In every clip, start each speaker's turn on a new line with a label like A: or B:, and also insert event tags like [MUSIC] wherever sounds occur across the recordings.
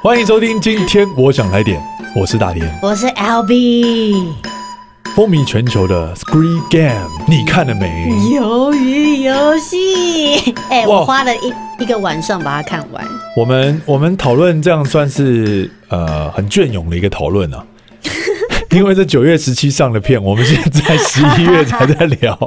A: 欢迎收听，今天我想来点，我是大连，
B: 我是 LB，
A: 风靡全球的 Screen Game，你看了没？
B: 鱿鱼游戏。 [LAUGHS] 哎、
A: 哇
B: 我花了一一个晚上把它看完。
A: 我们我们讨论这样算是呃很隽永的一个讨论啊，因为这九月十七上的片，我们现在十一月才在聊，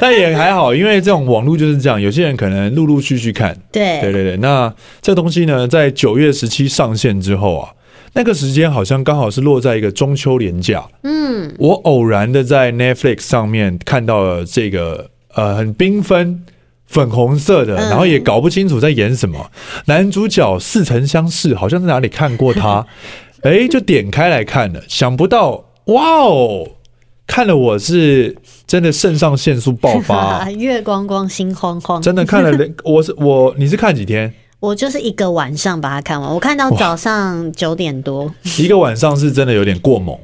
A: 但也还好，因为这种网络就是这样，有些人可能陆陆续续看，
B: 对，
A: 对对对，那这东西呢，在九月十七上线之后啊，那个时间好像刚好是落在一个中秋连假。
B: 嗯，
A: 我偶然的在 Netflix 上面看到了这个呃很缤纷粉红色的，
B: 嗯
A: 然后也搞不清楚在演什么。男主角似曾相识，好像在哪里看过他，
B: [LAUGHS]
A: 哎，就点开来看了，想不到哇哦，看了我是真的肾上腺素爆
B: [LAUGHS]
A: 发，啊
B: 月光光，心慌慌。
A: 真的看了两，我是我你是看几天？
B: 我就是一个晚上把它看完，我看到
A: 哇
B: 早上九点多。
A: 一个晚上是真的有点过猛，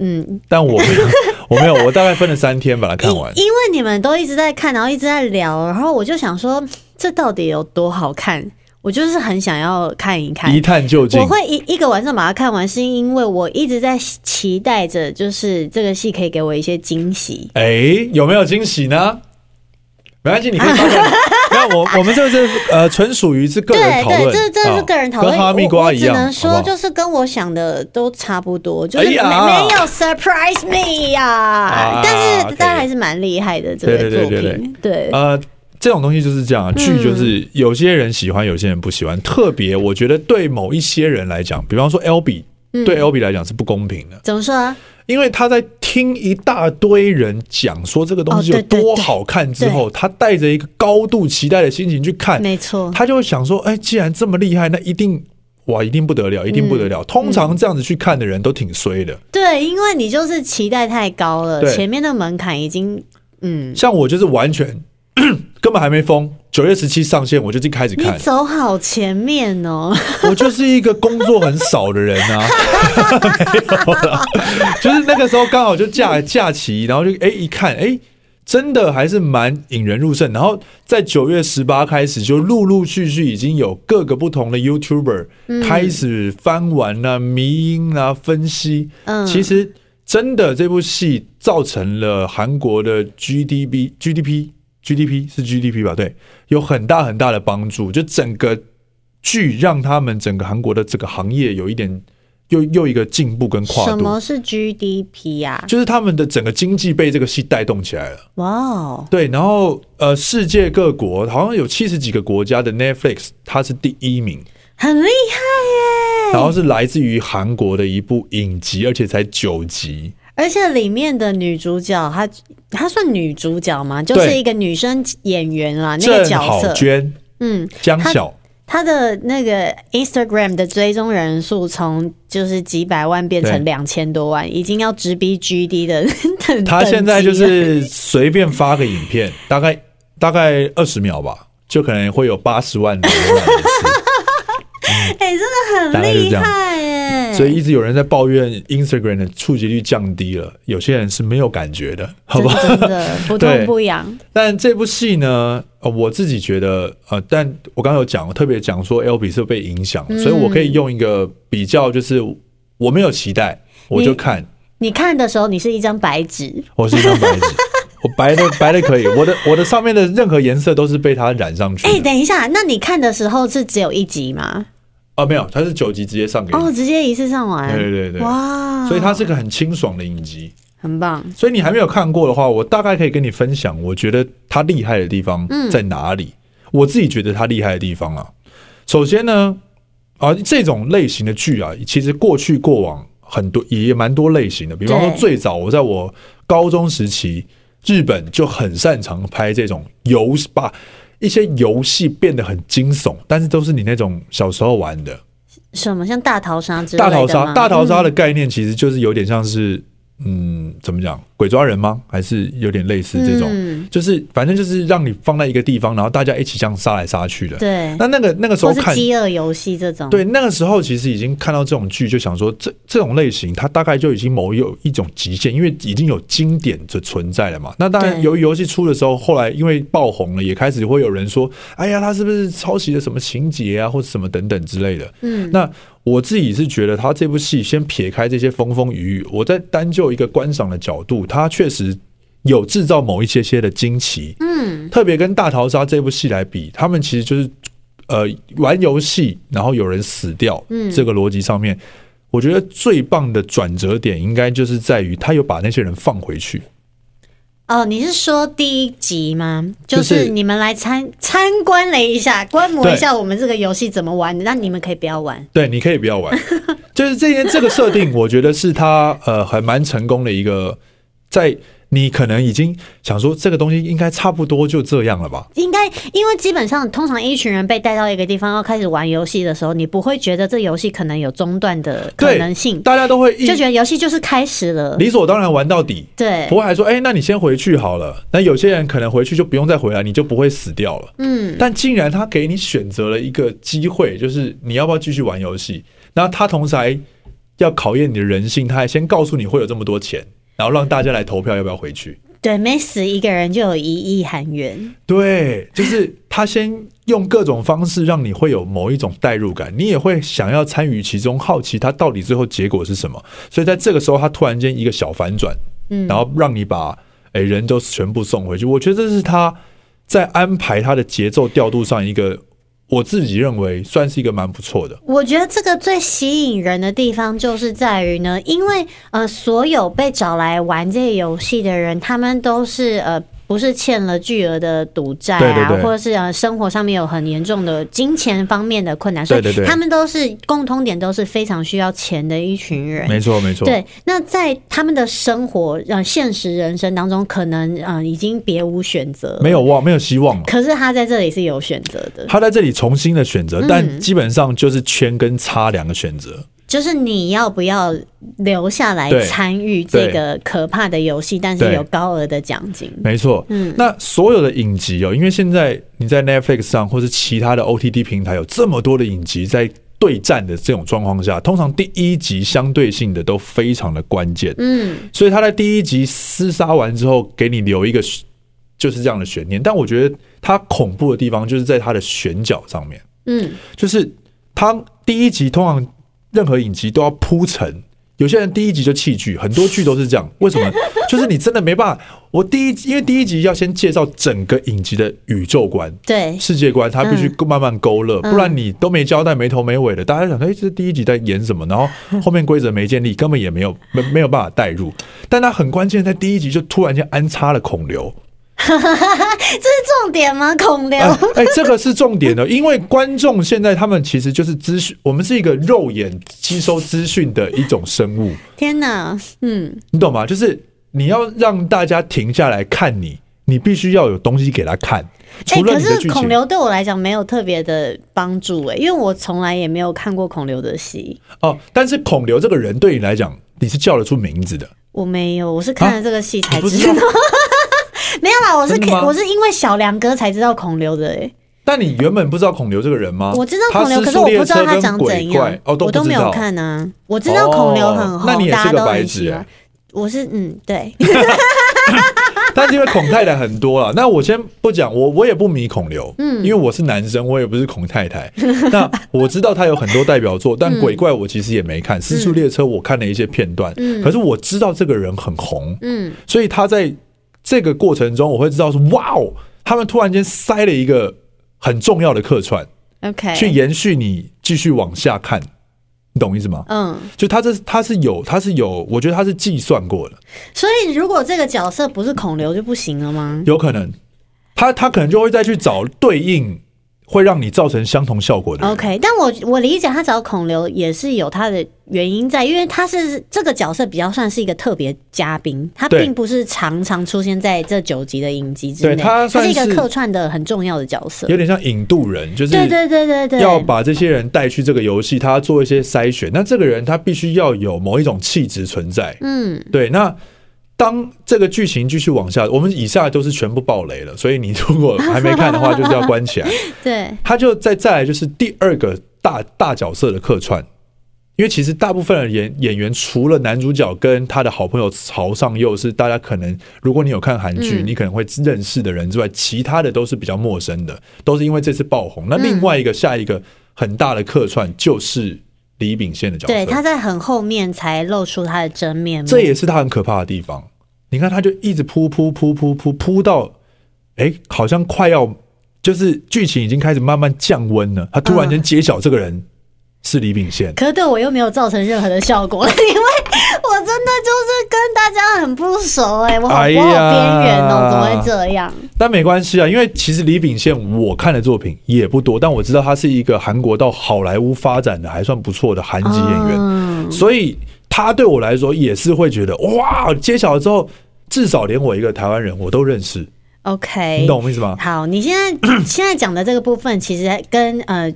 B: 嗯，
A: 但我没有，我没有，我大概分了三天把它看完。
B: 因为你们都一直在看，然后一直在聊，然后我就想说，这到底有多好看？我就是很想要看一看
A: 一。探究竟
B: 我，会一一个晚上把它看完，是因为我一直在期待着，就是这个戏可以给我一些惊喜。
A: 哎、有没有惊喜呢？没关系，你可以发表。那我我们这是呃，纯属于是个人
B: 对
A: 讨论，啊
B: 对，这这是个人讨论，
A: 跟哈密
B: 我
A: 瓜
B: 我
A: 一
B: 只
A: 样，
B: 能
A: 好
B: 说
A: 不好
B: 就是跟我想的都差不多，就是
A: 哎
B: 没
A: 呀
B: 没有 surprise me 呀
A: 啊。
B: 但
A: OK
B: 是但还是蛮厉害的这
A: 对
B: 个
A: 对
B: 作
A: 对对
B: 品，对，
A: 呃，这种东西就是这样，剧就是有些人喜欢，有些人不喜欢。特别我觉得对某一些人来讲，比方说 L B，对 L B 来讲是不公平的。
B: 怎么说啊？
A: 因为他在听一大堆人讲说这个东西
B: 哦
A: 有
B: 对对
A: 多好看之后，他带着一个高度期待的心情去看，
B: 没错，
A: 他就会想说：“哎，既然这么厉害，那一定哇，一定不得了，
B: 嗯
A: 一定不得了。通常这样子去看的人都挺衰的，
B: 对，因为你就是期待太高了，
A: 对
B: 前面的门槛已经嗯，
A: 像我就是完全 [CLEARS THROAT] 根本还没封，九月十七上线，我就已开始
B: 你
A: 看，
B: 走好前面哦。
A: 我就是一个工作很少的人啊， [LAUGHS] 没有啦就是那个时候刚好就假假期，然后就哎、一看哎。真的还是蛮引人入胜，然后在九月十八开始，就陆陆续续已经有各个不同的 YouTuber 开始翻玩啊、迷音啊、分析。
B: 嗯
A: 其实真的这部戏造成了韩国的 GDP、GDP、GDP 是 GDP 吧？对，有很大很大的帮助，就整个剧让他们整个韩国的这个行业有一点又又一个进步跟跨
B: 什
A: 度
B: 么，是 GDP 呀、
A: 就是他们的整个经济被这个戏带动起来了。
B: 哇哦，
A: 对，然后呃，世界各国好像有七十几个国家的 Netflix 它是第一名，
B: 很厉害耶！
A: 然后是来自于韩国的一部影集，而且才九集。
B: 而且里面的女主角，她她算女主角吗？就是一个女生演员啦，那个
A: 郑
B: 角
A: 好
B: 色。
A: 娟、
B: 嗯，
A: 江
B: 她
A: 晓，
B: 她的那个 Instagram 的追踪人数从就是几百万变
A: 对
B: 成两千多万，已经要直逼 GD 的 [LAUGHS] 等。
A: 她现在就
B: 等级了
A: 是随便发个影
B: [LAUGHS]
A: 片，大概大概二十秒吧，就可能会有八十万的浏览
B: [LAUGHS]
A: 次。
B: 哎、真的
A: 大概
B: 很
A: 就这
B: 厉
A: 样
B: 害哎！
A: 所以一直有人在抱怨 Instagram 的触及率降低了，有些人是没有感觉的，好
B: 真
A: 吧？
B: 的真的
A: [LAUGHS]
B: 不
A: 对
B: 痛不痒。
A: 但这部戏呢，呃，我自己觉得，呃，但我刚刚有讲，我特别讲说 L B 是被影响，
B: 嗯
A: 所以我可以用一个比较，就是我没有期待，我就看，
B: 你看的时候，你是一张白纸，
A: 我是一张白纸，我白的白的可以，我的我的上面的任何颜色都是被它染上去
B: 哎、
A: 的。
B: 等一下，那你看的时候是只有一集吗？
A: 啊，没有，它是九集直接上给你，
B: 哦，直接一次上完，
A: 对对对
B: 哇，
A: 所以它是个很清爽的影集。
B: 很棒，
A: 所以你还没有看过的话，我大概可以跟你分享，我觉得它厉害的地方在哪里。我自己觉得它厉害的地方啊，首先呢，啊，这种类型的剧啊，其实过去过往很多也蛮多类型的，比方说
B: 对
A: 最早我在我高中时期，日本就很擅长拍这种游把一些游戏变得很惊悚，但是都是你那种小时候玩的
B: 什么像大逃杀之类
A: 大
B: 的吗
A: 逃杀。大逃杀的概念其实就是有点像是，嗯，怎么讲？鬼抓人吗？还是有点类似这种，
B: 嗯
A: 就是反正就是让你放在一个地方，然后大家一起这样杀来杀去的。
B: 嗯对，
A: 那那个那个时候
B: 或是
A: 看，
B: 饥饿游戏这种，
A: 对，那个时候其实已经看到这种剧，就想说这这种类型，它大概就已经某有一种极限，因为已经有经典的存在了嘛。那当然，
B: 对
A: 由于游戏出的时候，后来因为爆红了，也开始会有人说：“哎呀，他是不是抄袭了什么情节啊，或者什么等等之类的。”
B: 嗯，
A: 那我自己是觉得，他这部戏先撇开这些风风雨雨，我再单就一个观赏的角度，他确实有制造某一些些的惊奇。
B: 嗯，
A: 特别跟《大逃杀》这部戏来比，他们其实就是呃玩游戏，然后有人死掉，
B: 嗯
A: 这个逻辑上面，我觉得最棒的转折点应该就是在于他有把那些人放回去。
B: 哦，你是说第一集吗？
A: 就
B: 就是是你们来参参观了一下，观摩
A: 对
B: 一下我们这个游戏怎么玩的，那你们可以不要玩。
A: 对，你可以不
B: [LAUGHS]
A: 要玩，就是这些这个设定，我觉得是他呃还蛮成功的一个，在你可能已经想说这个东西应该差不多就这样了吧，
B: 应该，因为基本上通常一群人被带到一个地方要开始玩游戏的时候，你不会觉得这游戏可能有中断的可
A: 对
B: 能性，
A: 大家都会一
B: 嗯就觉得游戏就是开始了。
A: 理所当然玩到底，
B: 对
A: 不，会还说哎、那你先回去好了。那有些人可能回去就不用再回来，你就不会死掉了。
B: 嗯，
A: 但竟然他给你选择了一个机会，就是你要不要继续玩游戏？然后他同时还要考验你的人性，他还先告诉你会有这么多钱，然后让大家来投票要不要回去。
B: 对，每死一个人就有一亿韩元。
A: 对，就是他先用各种方式让你会有某一种代入感，你也会想要参与其中，好奇他到底最后结果是什么。所以在这个时候，他突然间一个小反转，
B: 嗯
A: 然后让你把诶、人都全部送回去。我觉得这是他在安排他的节奏调度上一个，我自己认为算是一个蛮不错的。
B: 我觉得这个最吸引人的地方就是在于呢，因为呃，所有被找来玩这个游戏的人，他们都是呃。不是欠了巨额的赌债啊，
A: 对对对
B: 或者是呃生活上面有很严重的金钱方面的困难，
A: 对对
B: 所
A: 对
B: 以他们都是共通点，都是非常需要钱的一群人。
A: 没错，没错，
B: 对，那在他们的生活呃现实人生当中，可能呃已经别无选择，
A: 没有望，没有希望了。
B: 可是他在这里是有选择的，
A: 他在这里重新的选择，
B: 嗯
A: 但基本上就是圈跟叉两个选择。
B: 就是你要不要留下来
A: 对
B: 参与这个可怕的游戏，但是
A: 对
B: 有高额的奖金。
A: 没错，
B: 嗯
A: 那所有的影集哦，因为现在你在 Netflix 上或是其他的 OTT 平台有这么多的影集在对战的这种状况下，通常第一集相对性的都非常的关键，
B: 嗯，
A: 所以他在第一集厮杀完之后，给你留一个就是这样的悬念。但我觉得它恐怖的地方就是在它的选角上面，
B: 嗯，
A: 就是它第一集通常任何影集都要铺陈。有些人第一集就弃剧，很多剧都是这样。为什么？就是你真的没办法。我第一，因为第一集要先介绍整个影集的宇宙观、
B: 对，
A: 世界观，它必须慢慢勾勒，
B: 嗯
A: 不然你都没交代、没头没尾的，大家想说，哎、这第一集在演什么？然 [LAUGHS] 后后面规则没建立，根本也没有没没有办法带入。但它很关键，在第一集就突然间安插了孔刘，
B: 这是重点吗？孔刘，
A: 哎、哎这个是重点的，因为观众现在他们其实就是资讯，我们是一个肉眼吸收资讯的一种生物，
B: 天哪，嗯，
A: 你懂吗？就是你要让大家停下来看你，你必须要有东西给他看，
B: 哎、
A: 除了
B: 可
A: 你的剧
B: 是
A: 情
B: 孔。刘对我来讲没有特别的帮助哎、因为我从来也没有看过孔刘的戏，
A: 哦，但是孔刘这个人对你来讲，你是叫得出名字的，
B: 我没有，我是看了这个戏
A: 啊你
B: 才
A: 不
B: 知
A: 知
B: 道，
A: 道。
B: [LAUGHS] 没有啦，我是
A: 真的吗
B: 我是因为小梁哥才知道孔刘的哎、
A: 但你原本不知道孔刘这个人吗？
B: 我知道孔刘，
A: 他是
B: 可是
A: 狩
B: 我
A: 猎
B: 不知道
A: 车
B: 他
A: 跟
B: 长
A: 鬼
B: 怎
A: 怪
B: 样，
A: 哦，
B: 我
A: 不
B: 都
A: 知
B: 没有
A: 道。
B: 看啊。我知道孔刘很
A: 哦
B: 红，
A: 那你也
B: 大
A: 是
B: 家
A: 个
B: 都
A: 白
B: 很
A: 纸
B: 喜欢
A: 欸。
B: 我是嗯，对，
A: [LAUGHS] 但是因为孔太太很多 [LAUGHS] 了，那我先不讲，我我也不迷孔刘，嗯，因为我是男生，我也不是孔太太。 [LAUGHS] 那我知道他有很多代表作，但鬼怪我其实也没看，《私处列车》我看了一些片段，
B: 嗯
A: 可是我知道这个人很红，
B: 嗯，
A: 所以他在这个过程中，我会知道说，哇哦，他们突然间塞了一个很重要的客串，去
B: OK，
A: 延续你继续往下看，你懂意思吗？
B: 嗯，
A: 就他这他是有他是有，我觉得他是计算过的，
B: 所以如果这个角色不是孔刘就不行了吗？
A: 有可能他他可能就会再去找对应会让你造成相同效果的人。
B: OK，但我我理解他找孔刘也是有他的原因在，因为他是这个角色比较算是一个特别嘉宾，他
A: 对
B: 并不是常常出现在这九集的影集之
A: 对
B: 内，
A: 他
B: 他是一个
A: 算是
B: 客串的很重要的角色。
A: 有点像引渡人，就是
B: 对对对对对，
A: 要把这些人带去这个游戏，他要做一些筛选。那这个人他必须要有某一种气质存在，
B: 嗯
A: 对，那当这个剧情继续往下，我们以下都是全部爆雷了，所以你如果还没看的话，就是要关起来。
B: 对，
A: 他就再再来就是第二个大大角色的客串，因为其实大部分的演演员除了男主角跟他的好朋友曹尚佑是大家可能如果你有看韩剧，
B: 嗯
A: 你可能会认识的人之外，其他的都是比较陌生的，都是因为这次爆红。那另外一个、下一个很大的客串就是李秉宪的角色，
B: 对，他在很后面才露出他的真面目。
A: 这也是他很可怕的地方。你看，他就一直扑扑扑扑扑扑到，哎，好像快要就是剧情已经开始慢慢降温了。他突然间揭晓这个人 [LAUGHS] 是李秉宪，
B: 可是对我又没有造成任何的效果， [LAUGHS] 因为我真的就是跟大家很不熟哎、我好、
A: 哎呀
B: 我好边缘哦，怎么会这样？
A: 但没关系啊，因为其实李秉宪我看的作品也不多，但我知道他是一个韩国到好莱坞发展的还算不错的韩籍演员，
B: 嗯
A: 所以他对我来说也是会觉得哇，揭晓了之后，至少连我一个台湾人我都认识，
B: ，OK，
A: 你懂啊我意思吗？
B: 好，你
A: [CLEARS THROAT]
B: 现在现在讲的这个部分，其实跟呃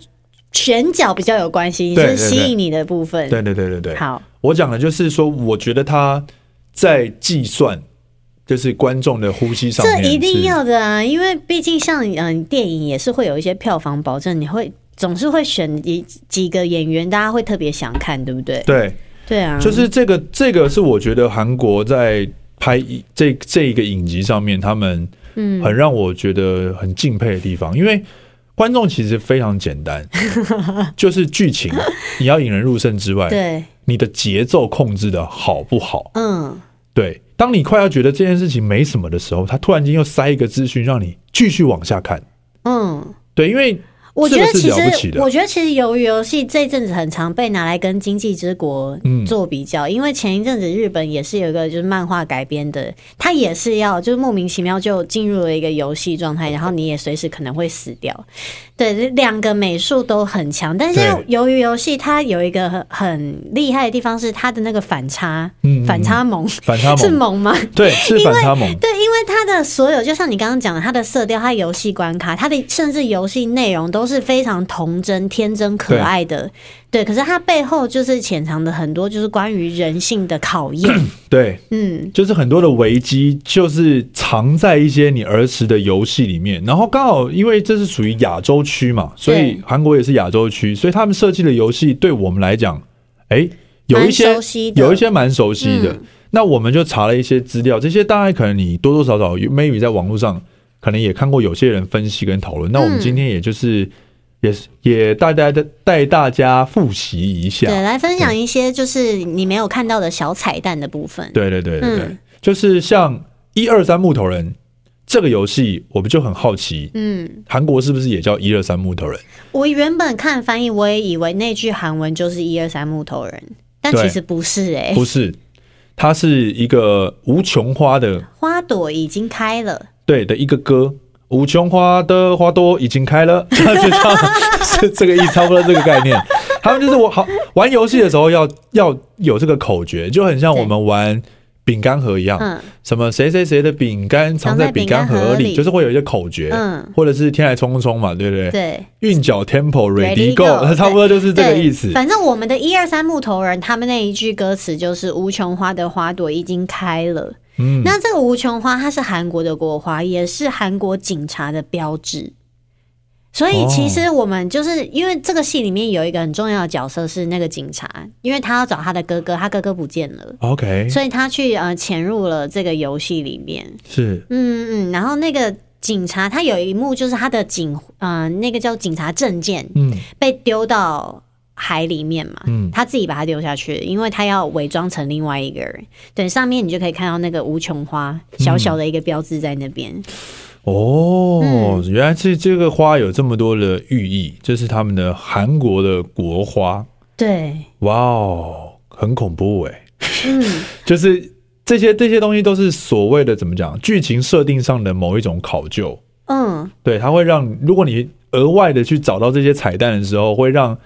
B: 选角比较有关系，就
A: 对对
B: 是吸
A: 对
B: 引你的部分。
A: 对对对对对，
B: 好，
A: 我讲的就是说，我觉得他在计算就是观众的呼吸上
B: 这
A: 面，
B: 一定。要的啊，因为毕竟像嗯、呃电影也是会有一些票房保证，你会总是会选一几个演员，大家会特别想看，对不对？
A: 对，
B: 对啊，
A: 就是这个，这个是我觉得韩国在拍一这这一个影集上面，他们
B: 嗯
A: 很让我觉得很敬佩的地方，因为观众其实非常简
B: [LAUGHS]
A: 单，就是剧情你要引人入胜之外，
B: 对，
A: 你的节奏控制的好不好？
B: 嗯。
A: 对，当你快要觉得这件事情没什么的时候，他突然间又塞一个资讯让你继续往下看。
B: 嗯，
A: 对，因为
B: 我觉得
A: 这个是
B: 其
A: 了不起
B: 实，
A: 的
B: 我觉得其实《鱿鱼游戏》这阵子很常被拿来跟《经济之国》
A: 嗯
B: 做比较，因为前一阵子日本也是有一个就是漫画改编的，它也是要就是莫名其妙就进入了一个游戏状
A: 哦
B: 态，然后你也随时可能会死掉。对，两个美术都很强，但是《
A: 对
B: 鱿鱼游戏》它有一个很很厉害的地方是它的那个反差，
A: 嗯
B: 反差萌
A: 反差
B: [LAUGHS] 是
A: 萌，
B: 萌吗？
A: 对，是反差萌，
B: 对，因为它的所有，就像你刚刚讲的，它的色调、它的游戏关卡、它的甚至游戏内容都是非常童真、天真、可爱的。对，可是它背后就是潜藏的很多，就是关于人性的考验。
A: 对，
B: 嗯，
A: 就是很多的危机，就是藏在一些你儿时的游戏里面。然后刚好因为这是属于亚洲区嘛，所以
B: 对
A: 韩国也是亚洲区，所以他们设计的游戏对我们来讲，哎，有一
B: 蛮
A: 些
B: 熟悉的嗯
A: 有一些蛮熟悉的。那我们就查了一些资料，这些大概可能你多多少少，maybe 在网络上可能也看过有些人分析跟讨论。那我们
B: 嗯
A: 今天也就是。也是也带大家带大家复习一下，
B: 对，来分享一些就是你没有看到的小彩蛋的部分。
A: 对对对对对，
B: 嗯
A: 就是像一二三木头人这个游戏，我们就很好奇，
B: 嗯，
A: 韩国是不是也叫一二三木头人？
B: 我原本看翻译，我也以为那句韩文就是一二三木头人，但
A: 对
B: 其实不是哎、
A: 不是，它是一个无穷花的
B: 花朵已经开了。
A: 对的一个歌。无穷花的花朵已经开了， [LAUGHS] 就这样，是这个意思，差不多这个概念。他们就是我好玩游戏的时候要要有这个口诀，就很像我们玩饼干盒一样，
B: 嗯
A: 什么谁谁谁的饼干藏在饼干
B: 藏在
A: 盒
B: 饼干盒
A: 里，
B: 里
A: 就是会有一些口诀，
B: 嗯，
A: 或者是天来冲冲冲嘛，对不对？
B: 对。
A: 韵脚 tempo ready
B: Ready
A: go，
B: go，
A: 它差不多就是这个
B: 对
A: 意思。
B: 反正我们的一二三木头人，他们那一句歌词就是“无穷花的花朵已经开了”。
A: 嗯，
B: 那这个无穷花，它是韩国的国花，也是韩国警察的标志。所以其实我们就是因为这个戏里面有一个很重要的角色是那个警察，因为他要找他的哥哥，他哥哥不见了，
A: OK
B: 所以他去呃潜入了这个游戏里面。
A: 是
B: 嗯嗯，然后那个警察他有一幕就是他的警呃那个叫警察证件，
A: 嗯
B: 被丢到海里面嘛，
A: 嗯
B: 他自己把它丢下去，因为他要伪装成另外一个人。对，上面你就可以看到那个无穷花小小的一个标志在那边。
A: 哦，
B: 嗯
A: 原来是这个花有这么多的寓意，这是他们的韩国的国花。
B: 对，
A: 哇哦，很恐怖哎！
B: 嗯，
A: 就是这些这些东西都是所谓的怎么讲，剧情设定上的某一种考究。
B: 嗯，
A: 对，它会让如果你额外的去找到这些彩蛋的时候，会让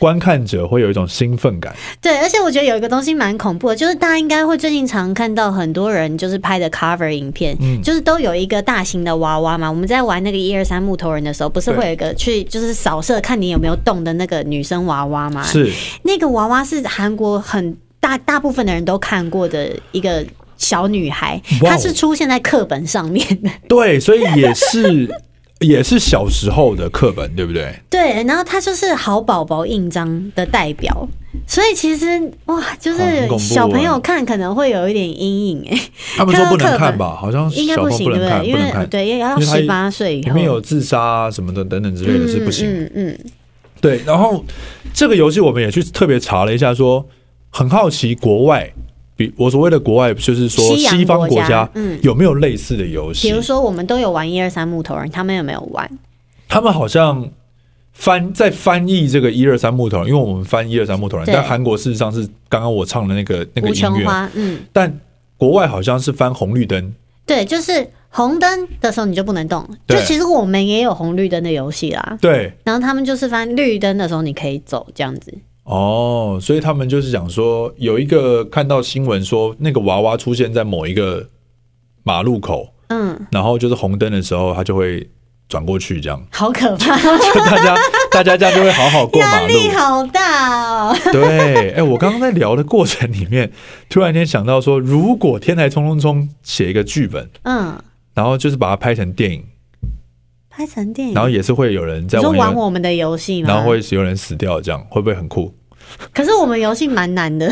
A: 观看者会有一种兴奋感。
B: 对，而且我觉得有一个东西蛮恐怖的，就是大家应该会最近常看到很多人就是拍的 cover 影片，
A: 嗯
B: 就是都有一个大型的娃娃嘛。我们在玩那个 E 一二三木头人的时候，不是
A: 对
B: 会有一个去就是扫射看你有没有动的那个女生娃娃吗？
A: 是，
B: 那个娃娃是韩国很大大部分的人都看过的一个小女孩，
A: 哇哦
B: 她是出现在课本上面的。
A: 对，所以也是也是小时候的课本，对不对？
B: 对，然后她就是好宝宝印章的代表，所以其实哇，就
A: 哦很
B: 是
A: 恐怖
B: 小朋
A: 啊
B: 友看可能会有一点阴
A: [LAUGHS]
B: 影哎、
A: 他们说不能
B: 看到课本
A: 看吧？好像
B: 应该
A: 小朋友
B: 行
A: 不
B: 对
A: 能看，
B: 不对？因
A: 不能
B: 为
A: 看。
B: 对，也要
A: 因为它
B: 十八岁以
A: 里
B: 后
A: 面有自杀啊什么的等等之类的是不行的。
B: 嗯嗯嗯，
A: 对，然后这个游戏我们也去特别查了一下说，很好奇国外，比我所谓的国外就是说
B: 西洋
A: 西方
B: 国
A: 国
B: 家
A: 家
B: 嗯
A: 有没有类似的游
B: 比
A: 戏
B: 如？说我们都有玩一二三木头人，他们有没有玩？
A: 他们好像翻在翻译这个一二三木头人，因为我们翻一二三木头人，
B: 对
A: 但韩国事实上是刚刚我唱的那个那个
B: 无
A: 音
B: 穷
A: 乐，
B: 花，嗯，
A: 但国外好像是翻红绿灯，
B: 对，就是红灯的时候你就不能动。就
A: 对
B: 其实我们也有红绿灯的游戏啦，
A: 对。
B: 然后他们就是翻绿灯的时候你可以走这样子。
A: 哦，所以他们就是讲说，有一个看到新闻说，那个娃娃出现在某一个马路口，
B: 嗯，
A: 然后就是红灯的时候，他就会转过去，这样
B: 好可怕，
A: 就大家大家这样就会好好 [LAUGHS] 过马
B: 压
A: 路。
B: 力好大哦。
A: [LAUGHS] 对，哎、我刚刚在聊的过程里面，突然间想到说，如果《天台冲冲冲》写一个剧本，
B: 嗯，
A: 然后就是把它拍成电影，
B: 拍成电影，
A: 然后也是会有人在
B: 你说
A: 玩一
B: 玩
A: 个，
B: 我们的游戏吗？
A: 然后会有人死掉，这样会不会很酷？
B: 可是我们游戏蛮难的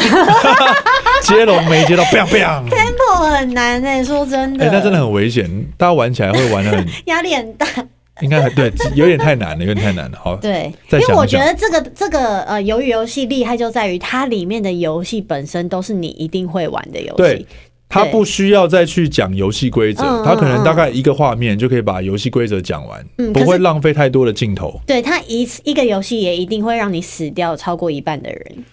B: [LAUGHS]
A: 接龙没接 [LAUGHS] 到，biang biang，
B: ，tempo 很难哎、说真的，
A: 哎，那真的很危险，大家玩起来会玩的很，
B: 压力很大。
A: 应该很对，有点太难了，有点太难了。好，
B: 对，
A: 再
B: 因为
A: 想
B: 我
A: 一
B: 觉
A: 想
B: 得这个这个呃，鱿鱼游戏厉害就在于它里面的游戏本身都是你一定会玩的游
A: 对
B: 戏。
A: 他
B: 对
A: 不需要再去讲游戏规则
B: 嗯，
A: 他可能
B: 嗯
A: 大概一个画面就可以把游戏规则讲完
B: 嗯，
A: 不
B: 可
A: 会
B: 是
A: 浪费太多的镜头。
B: 对，它一次一个游戏也一定会让你死掉超过一半的人。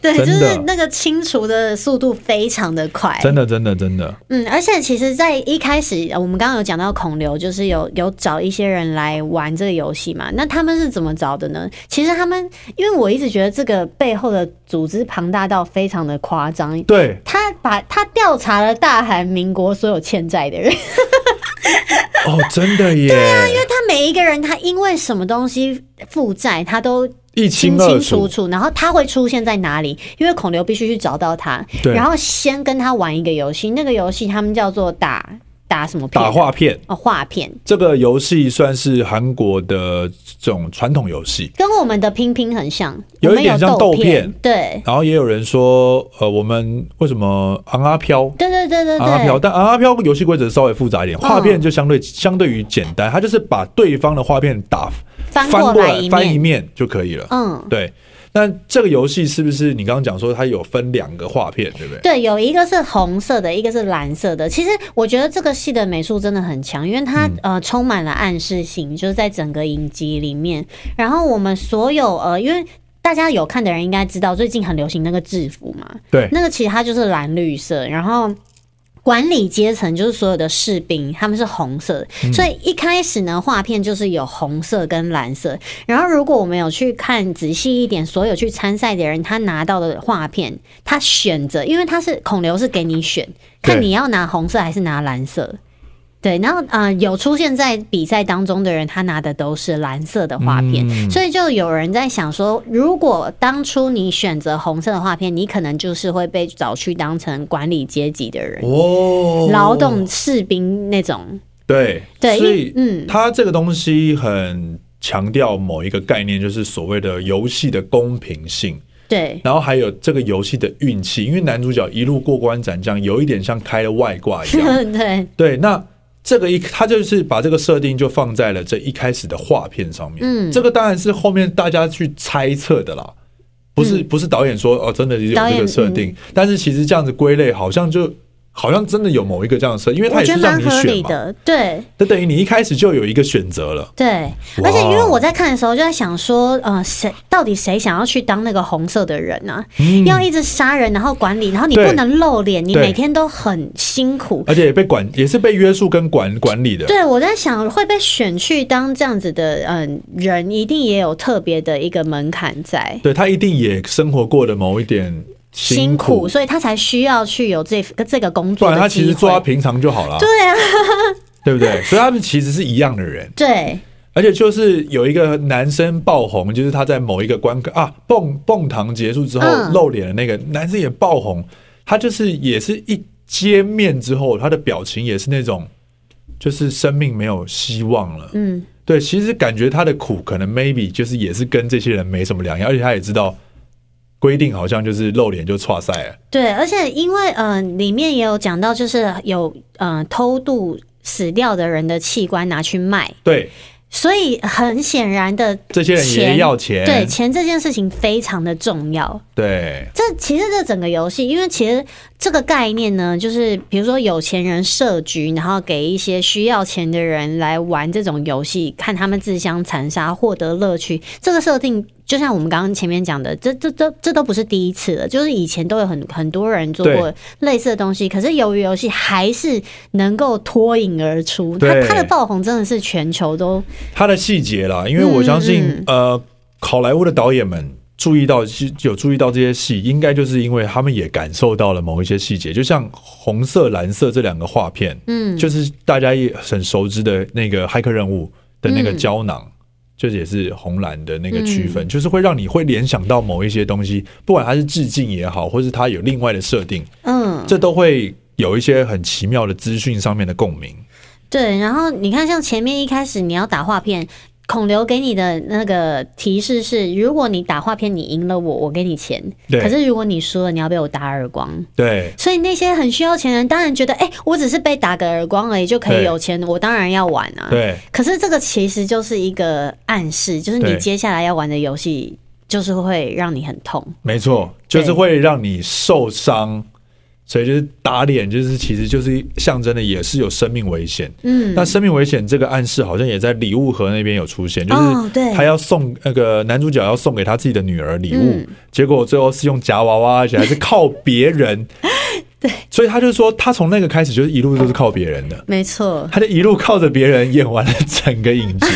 B: 对，就
A: 真的
B: 是那个清除的速度非常的快。
A: 真的，真的，真的，
B: 嗯，而且其实，在一开始，呃我们刚刚有讲到孔刘，就是有有找一些人来玩这个游戏嘛。那他们是怎么找的呢？其实他们，因为我一直觉得这个背后的组织庞大到非常的夸张，
A: 对，
B: 他把他调查了大韩民国所有欠债的人， [LAUGHS] 因
A: 哦，真的耶，
B: 啊为他每一个人，他因为什么东西负债，他都
A: 一
B: 清
A: 清
B: 清
A: 二
B: 楚
A: 楚，
B: 楚。然后他会出现在哪里？因为孔刘必须去找到他，
A: 对
B: 然后先跟他玩一个游戏，那个游戏他们叫做打打什么片？
A: 打画片。
B: 哦，画片，
A: 这个游戏算是韩国的这种传统游戏，
B: 跟我们的拼拼很像，
A: 有
B: 我
A: 一
B: 们
A: 点像
B: 豆
A: 豆片
B: 片，对，
A: 然后也有人说，呃，我们为什么昂阿飘？
B: 对对对对嗯
A: 昂阿飘，
B: 对，
A: 但昂阿飘游戏规则稍微复杂一点，画片就相对相对于简单，它就是把对方的画片打
B: 翻
A: 翻
B: 过
A: 过
B: 来
A: 来
B: 一
A: 翻一
B: 面，
A: 面就可以了。
B: 嗯。
A: 对，那这个游戏是不是你刚刚讲说它有分两个画片，对不对？
B: 对，有一个是红色的，一个是蓝色的。其实我觉得这个戏的美术真的很强，因为它、
A: 嗯
B: 呃充满了暗示性，就是在整个影集里面。然后我们所有呃，因为大家有看的人应该知道，最近很流行那个制服嘛，
A: 对，
B: 那个其实它就是蓝绿色，然后。管理阶层就是所有的士兵，他们是红色的，
A: 嗯
B: 所以一开始呢，画片就是有红色跟蓝色。然后如果我们有去看仔细一点，所有去参赛的人，他拿到的画片，他选择，因为他是孔刘是给你选，看
A: 对
B: 你要拿红色还是拿蓝色。对，然后呃，有出现在比赛当中的人，他拿的都是蓝色的画片，
A: 嗯
B: 所以就有人在想说，如果当初你选择红色的画片，你可能就是会被找去当成管理阶级的人，
A: 哦
B: 劳动士兵那种。
A: 对
B: 对，因
A: 所
B: 为
A: 以
B: 嗯，
A: 它这个东西很强调某一个概念，就是所谓的游戏的公平性，
B: 对
A: 然后还有这个游戏的运气，因为男主角一路过关斩将，有一点像开了外挂一样。
B: [LAUGHS] 对，
A: 对，那。这个一，他就是把这个设定就放在了这一开始的画片上面。
B: 嗯
A: 这个当然是后面大家去猜测的啦，不是、不是导演说哦，真的有
B: 嗯导
A: 这
B: 演嗯
A: 个设定，但是其实这样子归类好像就好像真的有某一个这样的设定，因为他
B: 我
A: 也
B: 觉
A: 是
B: 得
A: 让
B: 蛮
A: 你
B: 合
A: 选
B: 理
A: 嘛，
B: 的。对
A: 就等于你一开始就有一个选择了。
B: 对，
A: 哇
B: 而且因为我在看的时候就在想说，呃，谁到底谁想要去当那个红色的人啊？要一直杀人，然后管理，然后你
A: 嗯对
B: 不能露脸，你
A: 对
B: 每天都很辛苦。
A: 而且也被管，也是被约束跟管管理的。
B: 对，我在想会被选去当这样子的嗯人，一定也有特别的一个门槛在。
A: 对他一定也生活过的某一点辛苦，
B: 所以他才需要去有这这个工
A: 不
B: 作
A: 然他
B: 的
A: 其
B: 机
A: 实做他
B: 会。
A: 平常就好了，
B: 对啊，
A: 对不对？所以他们其实是一样的人。
B: 对
A: 而且就是有一个男生爆红，就是他在某一个关卡啊蹦蹦堂结束之后
B: 嗯
A: 露脸的那个男生也爆红，他就是也是一见面之后，他的表情也是那种，就是生命没有希望了。
B: 嗯，
A: 对，其实感觉他的苦可能 maybe 就是也是跟这些人没什么两样，而且他也知道规定好像就是露脸就岔赛了。
B: 对，而且因为呃，里面也有讲到，就是有呃偷渡死掉的人的器官拿去卖，
A: 对，
B: 所以很显然的，
A: 这些人也
B: 钱
A: 要钱。
B: 对钱这件事情非常的重要。
A: 对
B: 这其实这整个游戏，因为其实这个概念呢，就是比如说有钱人设局，然后给一些需要钱的人来玩这种游戏，看他们自相残杀，获得乐趣。这个设定就像我们刚刚前面讲的，这这这这都不是第一次了，就是以前都有很很多人做过类似的东西，可是由于游戏还是能够脱颖而出，它
A: 对
B: 它的爆红真的是全球都
A: 他的细节啦，因为我相信、
B: 嗯
A: 呃，好莱坞的导演们注意到有注意到这些戏，应该就是因为他们也感受到了某一些细节，就像红色、蓝色这两个画片，
B: 嗯
A: 就是大家也很熟知的那个骇客任务的那个胶囊。
B: 嗯
A: 就是也是红蓝的那个区分，就是会让你会联想到某一些东西，不管它是致敬也好，或是它有另外的设定，
B: 嗯。
A: 这都会有一些很奇妙的资讯上面的共鸣。
B: 对，然后你看，像前面一开始你要打画片，孔刘给你的那个提示是：如果你打画片，你赢了我，我给你钱；
A: 对
B: 可是如果你输了，你要被我打耳光。
A: 对，
B: 所以那些很需要钱的人，当然觉得，哎、我只是被打个耳光而已就可以
A: 对
B: 有钱，我当然要玩啊。
A: 对，
B: 可是这个其实就是一个暗示，就是你
A: 对
B: 接下来要玩的游戏，就是会让你很痛。
A: 没错，就是
B: 对
A: 会让你受伤，所以就是打脸，就是其实就是象征的也是有生命危险。
B: 嗯，
A: 那生命危险这个暗示好像也在礼物盒那边有出现，就
B: 哦对
A: 是他要送那个男主角要送给他自己的女儿礼物
B: 嗯，
A: 结果最后是用夹娃娃，而且还是靠别
B: [LAUGHS]
A: 人。对，所以他就说他从那个开始就是一路都是靠别人的。
B: 没错，
A: 他就一路靠着别人演完了整个
B: [LAUGHS]
A: 影集。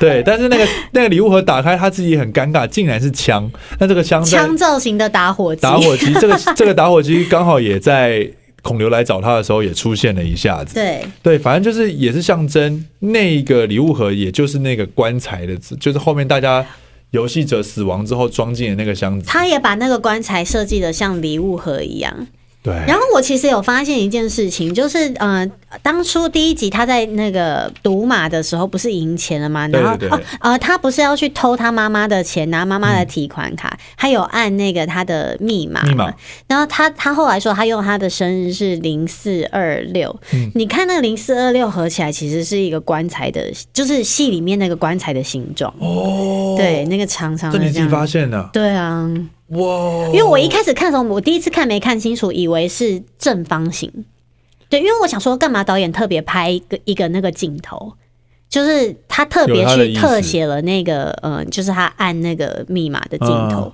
A: 对，但是那个那个礼物盒打开，他自己很尴尬，竟然是枪。那这个枪在
B: 枪造型的打火
A: [LAUGHS]
B: 机，
A: 打火机，这个这个打火机刚好也在孔刘来找他的时候也出现了一下子。
B: 对，
A: 对，反正就是也是象征那个礼物盒，也就是那个棺材的，就是后面大家游戏者死亡之后装进的那个箱子。
B: 他也把那个棺材设计的像礼物盒一样。
A: 对，
B: 然后我其实有发现一件事情，就是呃，当初第一集他在那个赌马的时候，不是赢钱了吗？
A: 对
B: 然后
A: 对对
B: 哦呃，他不是要去偷他妈妈的钱，拿妈妈的提款卡，他有按那个他的密码嘛
A: 嗯密码
B: 然后他他后来说他用他的生日是零四二六
A: 嗯，
B: 你看那个零四二六合起来其实是一个棺材的，就是戏里面那个棺材的形状，
A: 哦，
B: 对，，那个长长
A: 这
B: 的
A: 你自
B: 这
A: 己发
B: 样。
A: 现的，
B: 对啊，
A: 哇！
B: 因为我一开始看的时候，我第一次看没看清楚，以为是正方形。对，因为我想说，干嘛导演特别拍一个一个那个镜头，就是他特别
A: 有他的
B: 去
A: 意思
B: 特写了那个，呃，就是他按那个呃密码的镜
A: 嗯
B: 头。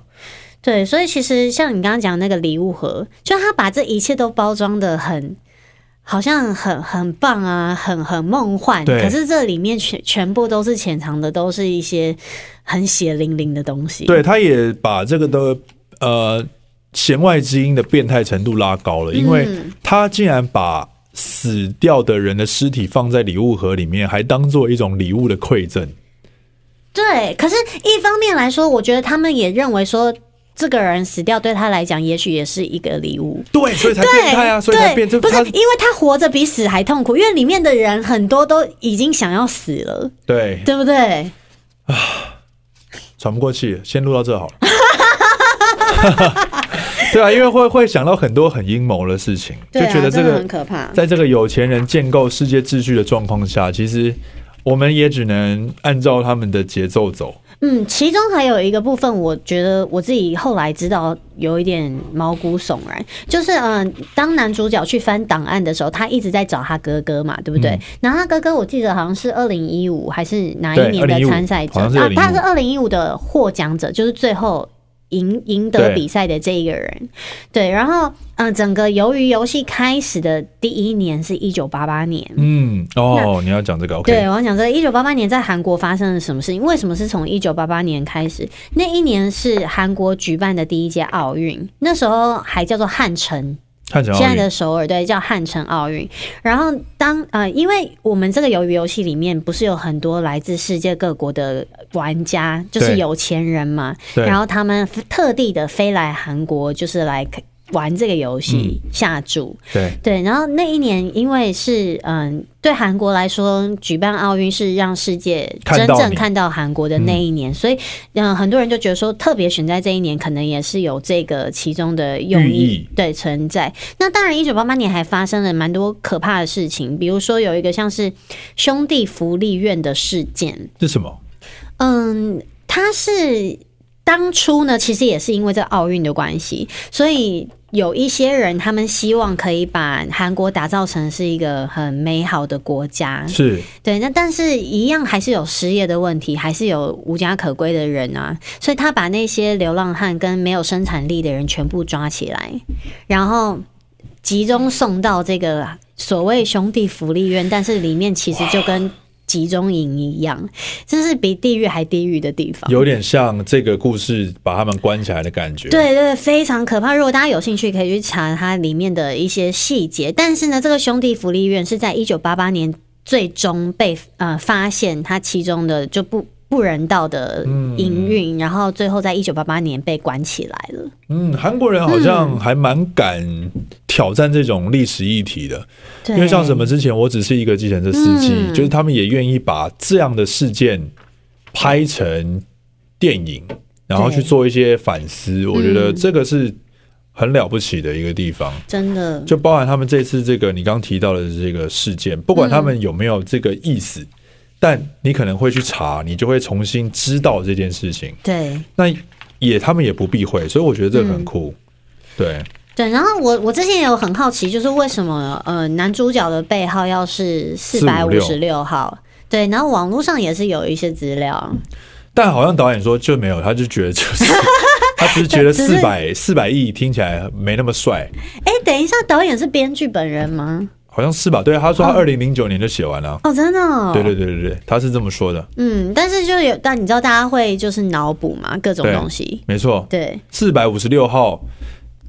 B: 对，所以其实像你刚刚讲那个礼物盒，就他把这一切都包装的很，好像很很棒啊，很很梦幻。
A: 对
B: 可是这里面全全部都是潜藏的，都是一些很血淋淋的东西。
A: 对，他也把这个的呃弦外之音的变态程度拉高了，因为他竟然把死掉的人的尸体放在礼物盒里面，还当做一种礼物的馈赠。
B: 对，可是一方面来说，我觉得他们也认为说，这个人死掉对他来讲，也许也是一个礼物。
A: 对，所以才
B: 对，
A: 变态啊！所以才变，
B: 对，
A: 这
B: 不是
A: 他
B: 因为他活着比死还痛苦，因为里面的人很多都已经想要死了，
A: 对
B: 对不对？
A: 喘不过气，先录到这好了。 [LAUGHS] 对啊，因为会会想到很多很阴谋的事情，就
B: 对啊，
A: 觉得这
B: 真的
A: 个
B: 很可怕。
A: 在这个有钱人建构世界秩序的状况下，其实我们也只能按照他们的节奏走。
B: 嗯，其中还有一个部分，我觉得我自己后来知道有一点毛骨悚然，就是嗯、当男主角去翻档案的时候，他一直在找他哥哥嘛，对不对？然后他哥哥我记得好像是二零一五还是哪一
A: 对
B: 年的
A: 2015
B: 参赛者
A: 好像是
B: 啊，
A: 2015
B: 他是二零一五的获奖者，就是最后赢赢得
A: 对
B: 比赛的这一个人。对，然后嗯、呃整个鱿鱼游戏开始的第一年是一九八八年，
A: 嗯，哦，你要讲这个
B: 对，
A: ，OK，
B: 我要讲这个一九八八年在韩国发生了什么事情？为什么是从一九八八年开始？那一年是韩国举办的第一届奥运，那时候还叫做汉城，
A: 看起来
B: 现在的首尔对，叫汉城奥运。然后当呃，因为我们这个鱿鱼游戏里面不是有很多来自世界各国的玩家，就是
A: 对
B: 有钱人嘛，
A: 对
B: 然后他们特地的飞来韩国，就是来玩这个游戏
A: 嗯
B: 下注。
A: 对，
B: 对，然后那一年因为是嗯，对韩国来说，举办奥运是让世界
A: 看
B: 真
A: 到
B: 正
A: 你
B: 看到韩国的那一年，所以嗯，很多人就觉得说，特别选在这一年，可能也是有这个其中的用
A: 寓
B: 意
A: 意
B: 对存在。那当然，一九八八年还发生了蛮多可怕的事情，比如说有一个像是兄弟福利院的事件，
A: 是什么？
B: 嗯，它是当初呢，其实也是因为这奥运的关系，所以有一些人他们希望可以把韩国打造成是一个很美好的国家，
A: 是
B: 对。那但是一样还是有失业的问题，还是有无家可归的人啊，所以他把那些流浪汉跟没有生产力的人全部抓起来，然后集中送到这个所谓兄弟福利院，但是里面其实就跟集中营一样，这是比地狱还地狱的地方。
A: 有点像这个故事把他们关起来的感觉。，
B: 对对，非常可怕。如果大家有兴趣，可以去查它里面的一些细节。但是呢，这个兄弟福利院是在一九八八年最终被呃发现，它其中的就不不人道的营运，然后最后在一九八八年被关起来了。
A: 嗯，韩国人好
B: 嗯
A: 像还蛮敢挑战这种历史议题的，
B: 对，
A: 因为像什么之前我只是一个计程车司机，
B: 嗯
A: 就是他们也愿意把这样的事件拍成电影，然后去
B: 对
A: 做一些反思。我觉得
B: 嗯
A: 这个是很了不起的一个地方。
B: 真的
A: 就包含他们这次这个你刚提到的这个事件，不管他们有没有这个意思，但你可能会去查，你就会重新知道这件事情。
B: 对。
A: 那也他们也不避讳，所以我觉得这个
B: 嗯
A: 很酷。对，
B: 对，然后我我之前也有很好奇，就是为什么呃男主角的背号要是四百五十六号？对，然后网络上也是有一些资料，
A: 但好像导演说就没有，他就觉得就是
B: [LAUGHS]
A: 他只是觉得
B: 只
A: 四
B: 是
A: 百四百亿听起来没那么帅，
B: 哎，等一下，导演是编剧本人吗？
A: 好像是吧？对，他说他二零零九年就写完了。
B: 哦，真的、嗯哦，
A: 对对对对对，他是这么说的，
B: 嗯，但是就有，但你知道大家会就是脑补嘛，各种
A: 对
B: 东西。
A: 没错。
B: 对
A: 四百五十六号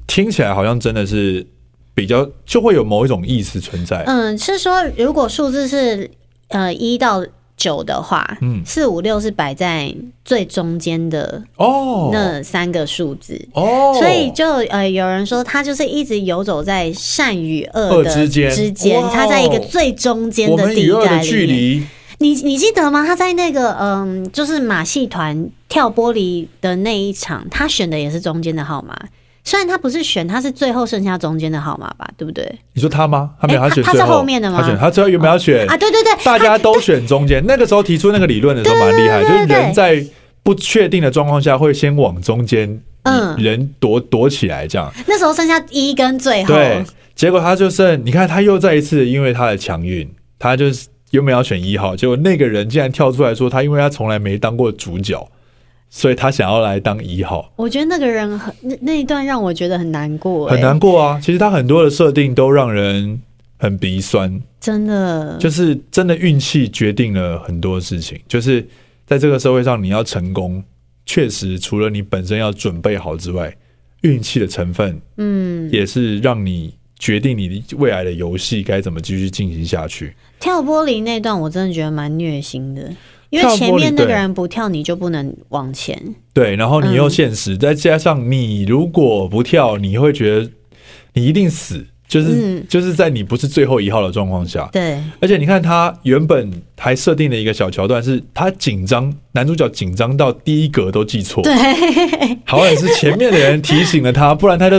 A: 听起来好像真的是比较就会有某一种意思存在。
B: 嗯，是说如果数字是呃一到九的话，
A: 嗯
B: 四五六是摆在最中间的
A: 哦，
B: 那三个数字。
A: 哦，
B: 所以就呃，有人说他就是一直游走在善与恶
A: 恶
B: 的
A: 之间
B: 之间
A: 哇哦
B: 他在一个最中间
A: 我
B: 的
A: 们
B: 地
A: 与二
B: 带
A: 的
B: 里
A: 距
B: 面。
A: 离，
B: 你你记得吗？他在那个嗯，就是马戏团跳玻璃的那一场，他选的也是中间的号码。虽然他不是选，他是最后剩下中间的号码吧，对不对？
A: 你说他吗？他没有，
B: 哎
A: 选
B: 他
A: 最
B: 他在后面的吗
A: 他选他最后原本要选
B: 啊，，对对对，
A: 大家都选中间。那个时候提出那个理论的时候蛮厉害，
B: [LAUGHS] 对
A: 就是
B: 对对对
A: 人在不确定的状况下会先往中间，
B: 嗯
A: 人躲躲起来这样。
B: 那时候剩下一跟最后，
A: 对，结果他就剩你看他又再一次因为他的强运，他就是原本要选一号，结果那个人竟然跳出来说他因为他从来没当过主角，所以他想要来当一号。
B: 我觉得那个人很那那一段让我觉得很难过、哎
A: 很难过啊。其实他很多的设定都让人很鼻酸，
B: 真的，
A: 就是真的运气决定了很多事情。就是在这个社会上，你要成功，确实除了你本身要准备好之外，运气的成分，嗯，也是让你决定你未来的游戏该怎么继续进行下去。
B: 跳玻璃那段我真的觉得蛮虐心的，因
A: 跳玻璃
B: 为前面那个
A: 对
B: 人不跳，你就不能往前。
A: 对，然后你又
B: 嗯
A: 现实，再加上你如果不跳，你会觉得你一定死。就是、
B: 嗯
A: 就是在你不是最后一号的状况下，
B: 对， [LAUGHS]
A: 而且你看，他原本还设定了一个小桥段，是他紧张，男主角紧张到第一格都记错。对，好歹是前面的人提醒了他，不然他就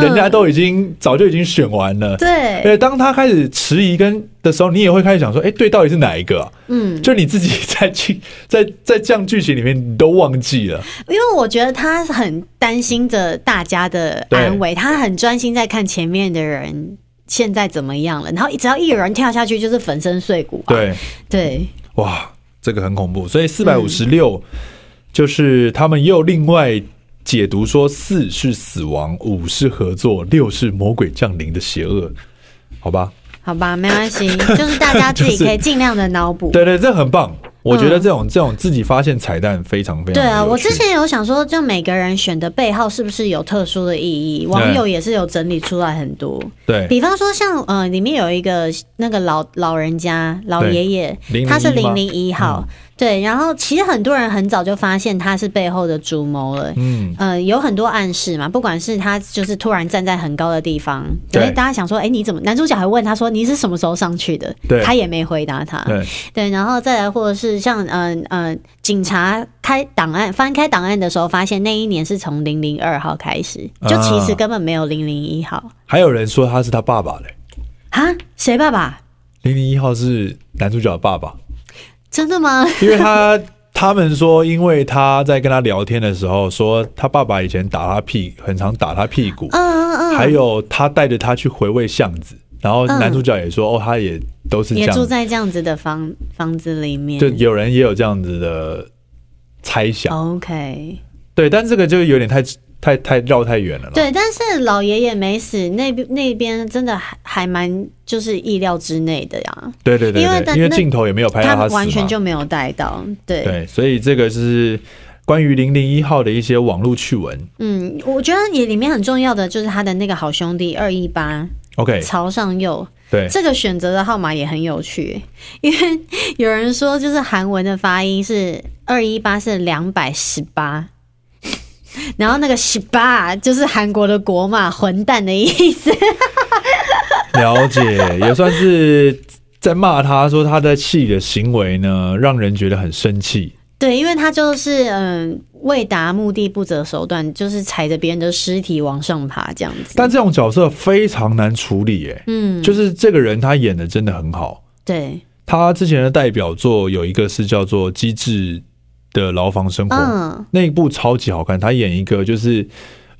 A: 人家都已经早就已经选完了。
B: 对，
A: 对，当他开始迟疑跟的时候，你也会开始想说，哎，对，到底是哪一个啊、
B: 嗯。
A: 就你自己在剧在在这样剧情里面，你都忘记了。
B: 因为我觉得他很担心着大家的安危，他很专心在看前面的人现在怎么样了，然后只要一有人跳下去就是粉身碎骨、啊。
A: 对，
B: 对
A: 哇，这个很恐怖。
B: 嗯
A: 所以四百五十六就是他们又另外解读说，四是死亡，五是合作，六是魔鬼降临的邪恶，好吧？
B: 好吧，没关系，就是大家自己可以尽量的脑补。
A: 对对，这很棒。我觉得这种、这种自己发现彩蛋非常非常
B: 嗯对啊，
A: 有
B: 我
A: 趣
B: 之前有想说，就每个人选的背号是不是有特殊的意义？网友也是有整理出来很多，
A: 对
B: 比方说像呃，里面有一个那个老老人家老
A: 对
B: 爷爷
A: 001，
B: 他是
A: 吗嗯
B: 零零一号，对，然后其实很多人很早就发现他是背后的主谋了。
A: 嗯，
B: 呃，有很多暗示嘛，不管是他就是突然站在很高的地方，
A: 对
B: 哎，大家想说，哎、你怎么？男主角还问他说，你是什么时候上去的？
A: 对
B: 他也没回答他。
A: 对，
B: 对，然后再来或者是像呃呃，警察开档案翻开档案的时候，发现那一年是从零零二号开始，就其实
A: 啊
B: 根本没有零零一号
A: 还有人说他是他爸爸嘞，
B: 啊，谁爸爸？
A: 零零一号是男主角的爸爸，
B: 真的吗？
A: 因为他他们说，因为他在跟他聊天的时候说，他爸爸以前打他屁，很常打他屁股，
B: [LAUGHS] 嗯嗯
A: 还
B: 嗯，
A: 有他带着他去回味巷子，然后男主角也说，哦，他也都是这
B: 也
A: 样
B: 住
A: 子，
B: 在这样子的房房子里面。
A: 就有人也有这样子的猜想，
B: 哦 OK，
A: 对，但这个就有点太太太绕太远了啦。
B: 对，但是老爷爷没死，那边那边真的还还蛮就是意料之内的呀，
A: 对对对
B: 因为
A: 对，
B: 但
A: 因为
B: 那
A: 镜头也没有拍到
B: 他
A: 他死
B: 完全
A: 嘛
B: 就没有带到，对，
A: 对，所以这个是关于零零一号的一些网络趣闻。
B: 嗯，我觉得也里面很重要的就是他的那个好兄弟二一八
A: OK，
B: 曹尚佑，
A: 对，
B: 这个选择的号码也很有趣， [LAUGHS] 因为有人说就是韩文的发音是二一八是两百十八。然后那个十八就是韩国的国骂混蛋的意思。 [LAUGHS]
A: 了解，也算是在骂他说他在气的行为呢，让人觉得很生气。
B: 对，因为他就是嗯，为达目的不择手段，就是踩着别人的尸体往上爬这样子。
A: 但这种角色非常难处理，哎，
B: 嗯，
A: 就是这个人他演的真的很好。
B: 对，
A: 他之前的代表作有一个是叫做《机智的牢房生活》，
B: 嗯，
A: 那一部超级好看，他演一个就是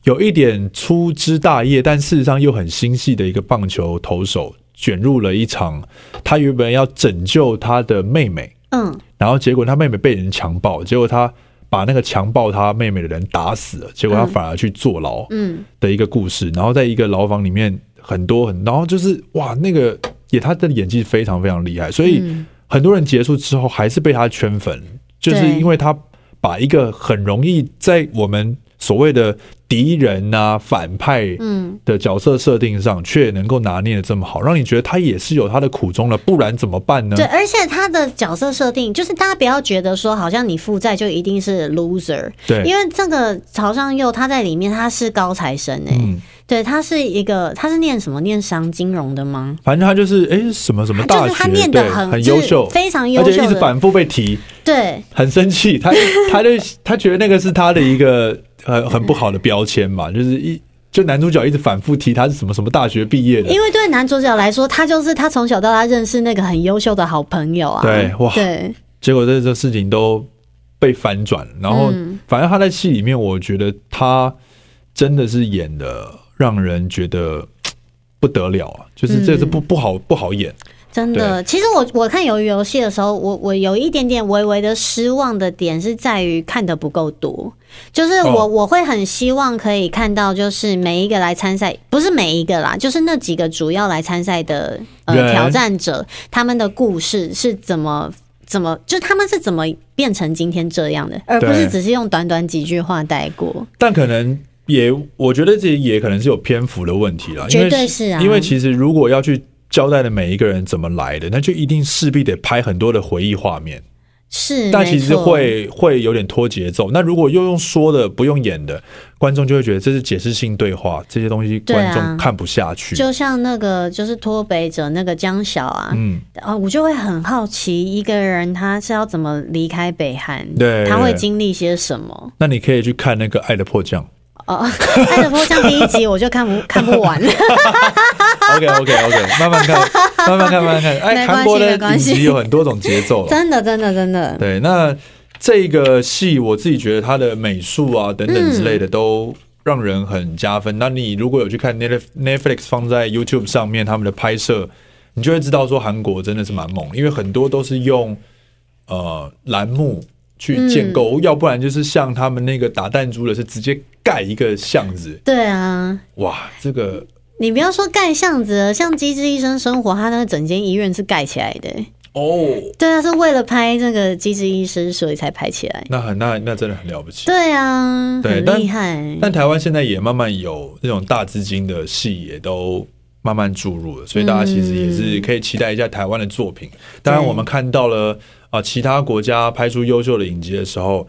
A: 有一点粗枝大叶，但事实上又很心细的一个棒球投手，卷入了一场他原本要拯救他的妹妹，
B: 嗯，
A: 然后结果他妹妹被人强暴，结果他把那个强暴他妹妹的人打死了，结果他反而去坐牢
B: 嗯，
A: 的一个故事，然后在一个牢房里面很多很，然后就是哇，那个也他的演技非常非常厉害，所以。
B: 嗯
A: 很多人结束之后还是被他圈粉，就是
B: 对
A: 因为他把一个很容易在我们所谓的敌人啊、反派
B: 嗯，
A: 的角色设定上，却能够拿捏的这么好，让你觉得他也是有他的苦衷了，不然怎么办呢？
B: 对，而且他的角色设定就是大家不要觉得说好像你负债就一定是 loser，
A: 对，
B: 因为这个曹尚佑他在里面他是高材生哎、
A: 嗯，
B: 对他是一个他是念什么念商金融的吗？
A: 反正他就是哎、诶什么什么
B: 就
A: 大
B: 是
A: 学，
B: 他念
A: 对
B: 的很
A: 很
B: 就
A: 优
B: 是
A: 秀，
B: 非常
A: 而
B: 优
A: 且一
B: 秀
A: 直
B: 的，
A: 反复被提，
B: 对
A: 很生气。他 [LAUGHS] 他就他觉得那个是他的一个呃很很不好的标签嘛，就是一就男主角一直反复提他是什么什么大学毕业的，
B: 因为对男主角来说，他就是他从小到大认识那个很优秀的好朋友啊。
A: 对哇
B: 对，
A: 结果这这事情都被翻转，然后
B: 嗯
A: 反正他在戏里面，我觉得他真的是演的让人觉得不得了啊，就是这是
B: 嗯
A: 不、不好不好演，
B: 真的。其实我我看《鱿鱼游戏》的时候，我我有一点点微微的失望的点是在于看的不够多，就是我、
A: 哦
B: 我会很希望可以看到，就是每一个来参赛，不是每一个啦，就是那几个主要来参赛的呃
A: 人
B: 挑战者，他们的故事是怎么。怎么？就他们是怎么变成今天这样的，而不是
A: 对
B: 只是用短短几句话带过。
A: 但可能也我觉得这也可能是有篇幅的问题啦，因为
B: 绝对是啊
A: 因为其实如果要去交代的每一个人怎么来的，那就一定势必得拍很多的回忆画面。
B: 是，
A: 但
B: 嗯没
A: 其实
B: 错
A: 会会有点拖节奏。那如果又用说的不用演的，观众就会觉得这是解释性对话，这些东西
B: 对
A: 观
B: 啊
A: 众看不下去。
B: 就像那个就是脱北者那个江晓啊，
A: 嗯，
B: 啊、我就会很好奇一个人他是要怎么离开北韩，
A: 对
B: 他会
A: 对
B: 经历些什么？
A: 那你可以去看那个《爱的迫降
B: 哦， [LAUGHS] 爱的迫降第一集我就
A: [LAUGHS]
B: 看不看不完，》
A: ，OK OK OK，慢慢看，
B: [LAUGHS]
A: 慢慢看，慢慢看。
B: 没关系
A: 哎，韩国的
B: 没关
A: 影
B: 系
A: 集有很多种节
B: [LAUGHS]
A: 奏了。
B: 真的真的真的，
A: 对，那这个戏我自己觉得它的美术啊等等之类的都让人很加分。那你如果有去看 Netf- Netflix 放在 YouTube 上面他们的拍摄，你就会知道说韩国真的是蛮猛，因为很多都是用呃栏目。去建构，要不然就是像他们那个打弹珠的，是直接盖一个巷子，
B: 对啊。
A: 哇，这个
B: 你不要说盖巷子了，像《机智医生生活》，他那个整间医院是盖起来的、
A: 哦，
B: 对啊，是为了拍这个《机智医生》所以才拍起来。
A: 那很那那真的很了不起。
B: 对啊，
A: 对
B: 很
A: 但
B: 厉害。
A: 但台湾现在也慢慢有那种大资金的戏，也都慢慢注入了，所以大家其实也是可以期待一下台湾的作品。当然，我们看到了啊、呃其他国家拍出优秀的影集的时候，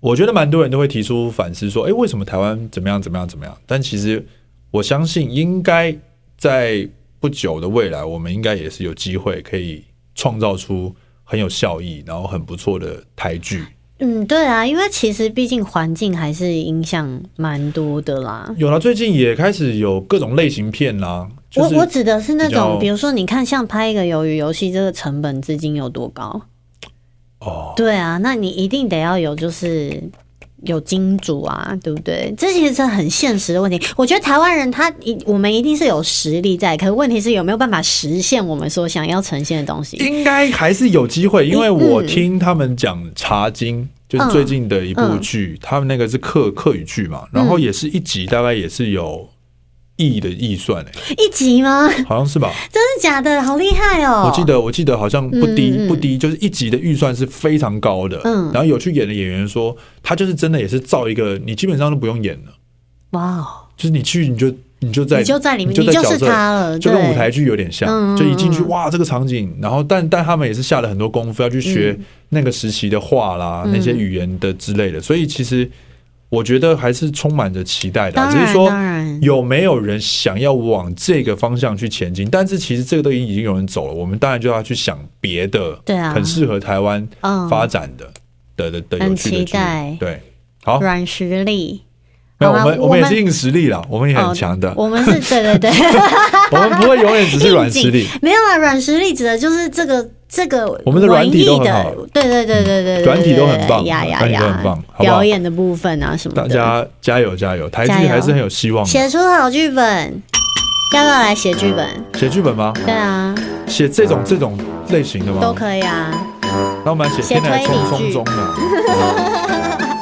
A: 我觉得蛮多人都会提出反思，说：“哎，为什么台湾怎么样怎么样怎么样？”但其实我相信，应该在不久的未来，我们应该也是有机会可以创造出很有效益，然后很不错的台剧。
B: 嗯，对啊，因为其实毕竟环境还是影响蛮多的啦。
A: 有了，最近也开始有各种类型片啦，就是
B: 我我指的是那
A: 比较
B: 种，比如说，你看像拍一个鱿鱼游戏，这个成本至今有多高？
A: 哦，
B: 对啊，那你一定得要有就是有金主啊，对不对？这其实是很现实的问题。我觉得台湾人他一我们一定是有实力在，可是问题是有没有办法实现我们所想要呈现的东西？
A: 应该还是有机
B: 嗯
A: 会，因为我听他们讲《茶经》，就是最近的一
B: 嗯
A: 部剧，他们那个是客客语剧嘛，然后也是一集大概也是有亿的预算、欸，
B: 一集吗？
A: 好像是吧？
B: 真的假的？好厉害哦！
A: 我记得我记得好像不低、
B: 嗯嗯
A: 不低，就是一集的预算是非常高的。
B: 嗯
A: 然后有去演的演员说，他就是真的也是造一个，你基本上都不用演了，
B: 哇哦，
A: 就是你去你就。你就在
B: 你就在里面
A: 你就在
B: 你就
A: 角
B: 是
A: 色
B: 他了
A: 就跟
B: 对
A: 舞台剧有点像，
B: 嗯嗯
A: 就一进去哇，这个场景，然后但但他们也是下了很多功夫要去
B: 嗯
A: 学那个时期的话啦，那些语言的之类的，所以其实我觉得还是充满着期待的啊，
B: 当
A: 只
B: 然
A: 是说
B: 当然
A: 有没有人想要往这个方向去前进，但是其实这个都已经有人走了，我们当然就要去想别的，
B: 对啊
A: 很适合台湾
B: 嗯
A: 发展的的的的有
B: 很
A: 趣的
B: 期
A: 剧
B: 待
A: 对，好，
B: 软实力。
A: 那
B: 好
A: 我
B: 啦
A: 们
B: 我
A: 我们也
B: 们
A: 是硬实力啦，我们也
B: 哦
A: 很强的，
B: 我们是对对对，
A: [LAUGHS]
B: [LAUGHS]
A: 我们不会永远只是软实力。
B: 没有啦，软实力指的就是这个这个
A: 我们的软体都很好
B: 文艺的对对对对对对，对
A: 软体都很棒
B: 呀呀
A: 软体
B: 呀，
A: 都很棒好不好
B: 表演的部分啊什么
A: 大
B: 的，
A: 家加油加油，台剧
B: 加油
A: 还是很有希望的。
B: 写出好剧本，要不要来写剧本？
A: 写剧本吗？
B: 对啊，
A: 写这种这种类型的吗？
B: 都可以啊。
A: 那我们来写
B: 写
A: 天台
B: 推
A: 冲
B: 理
A: 冲
B: 剧
A: 中的。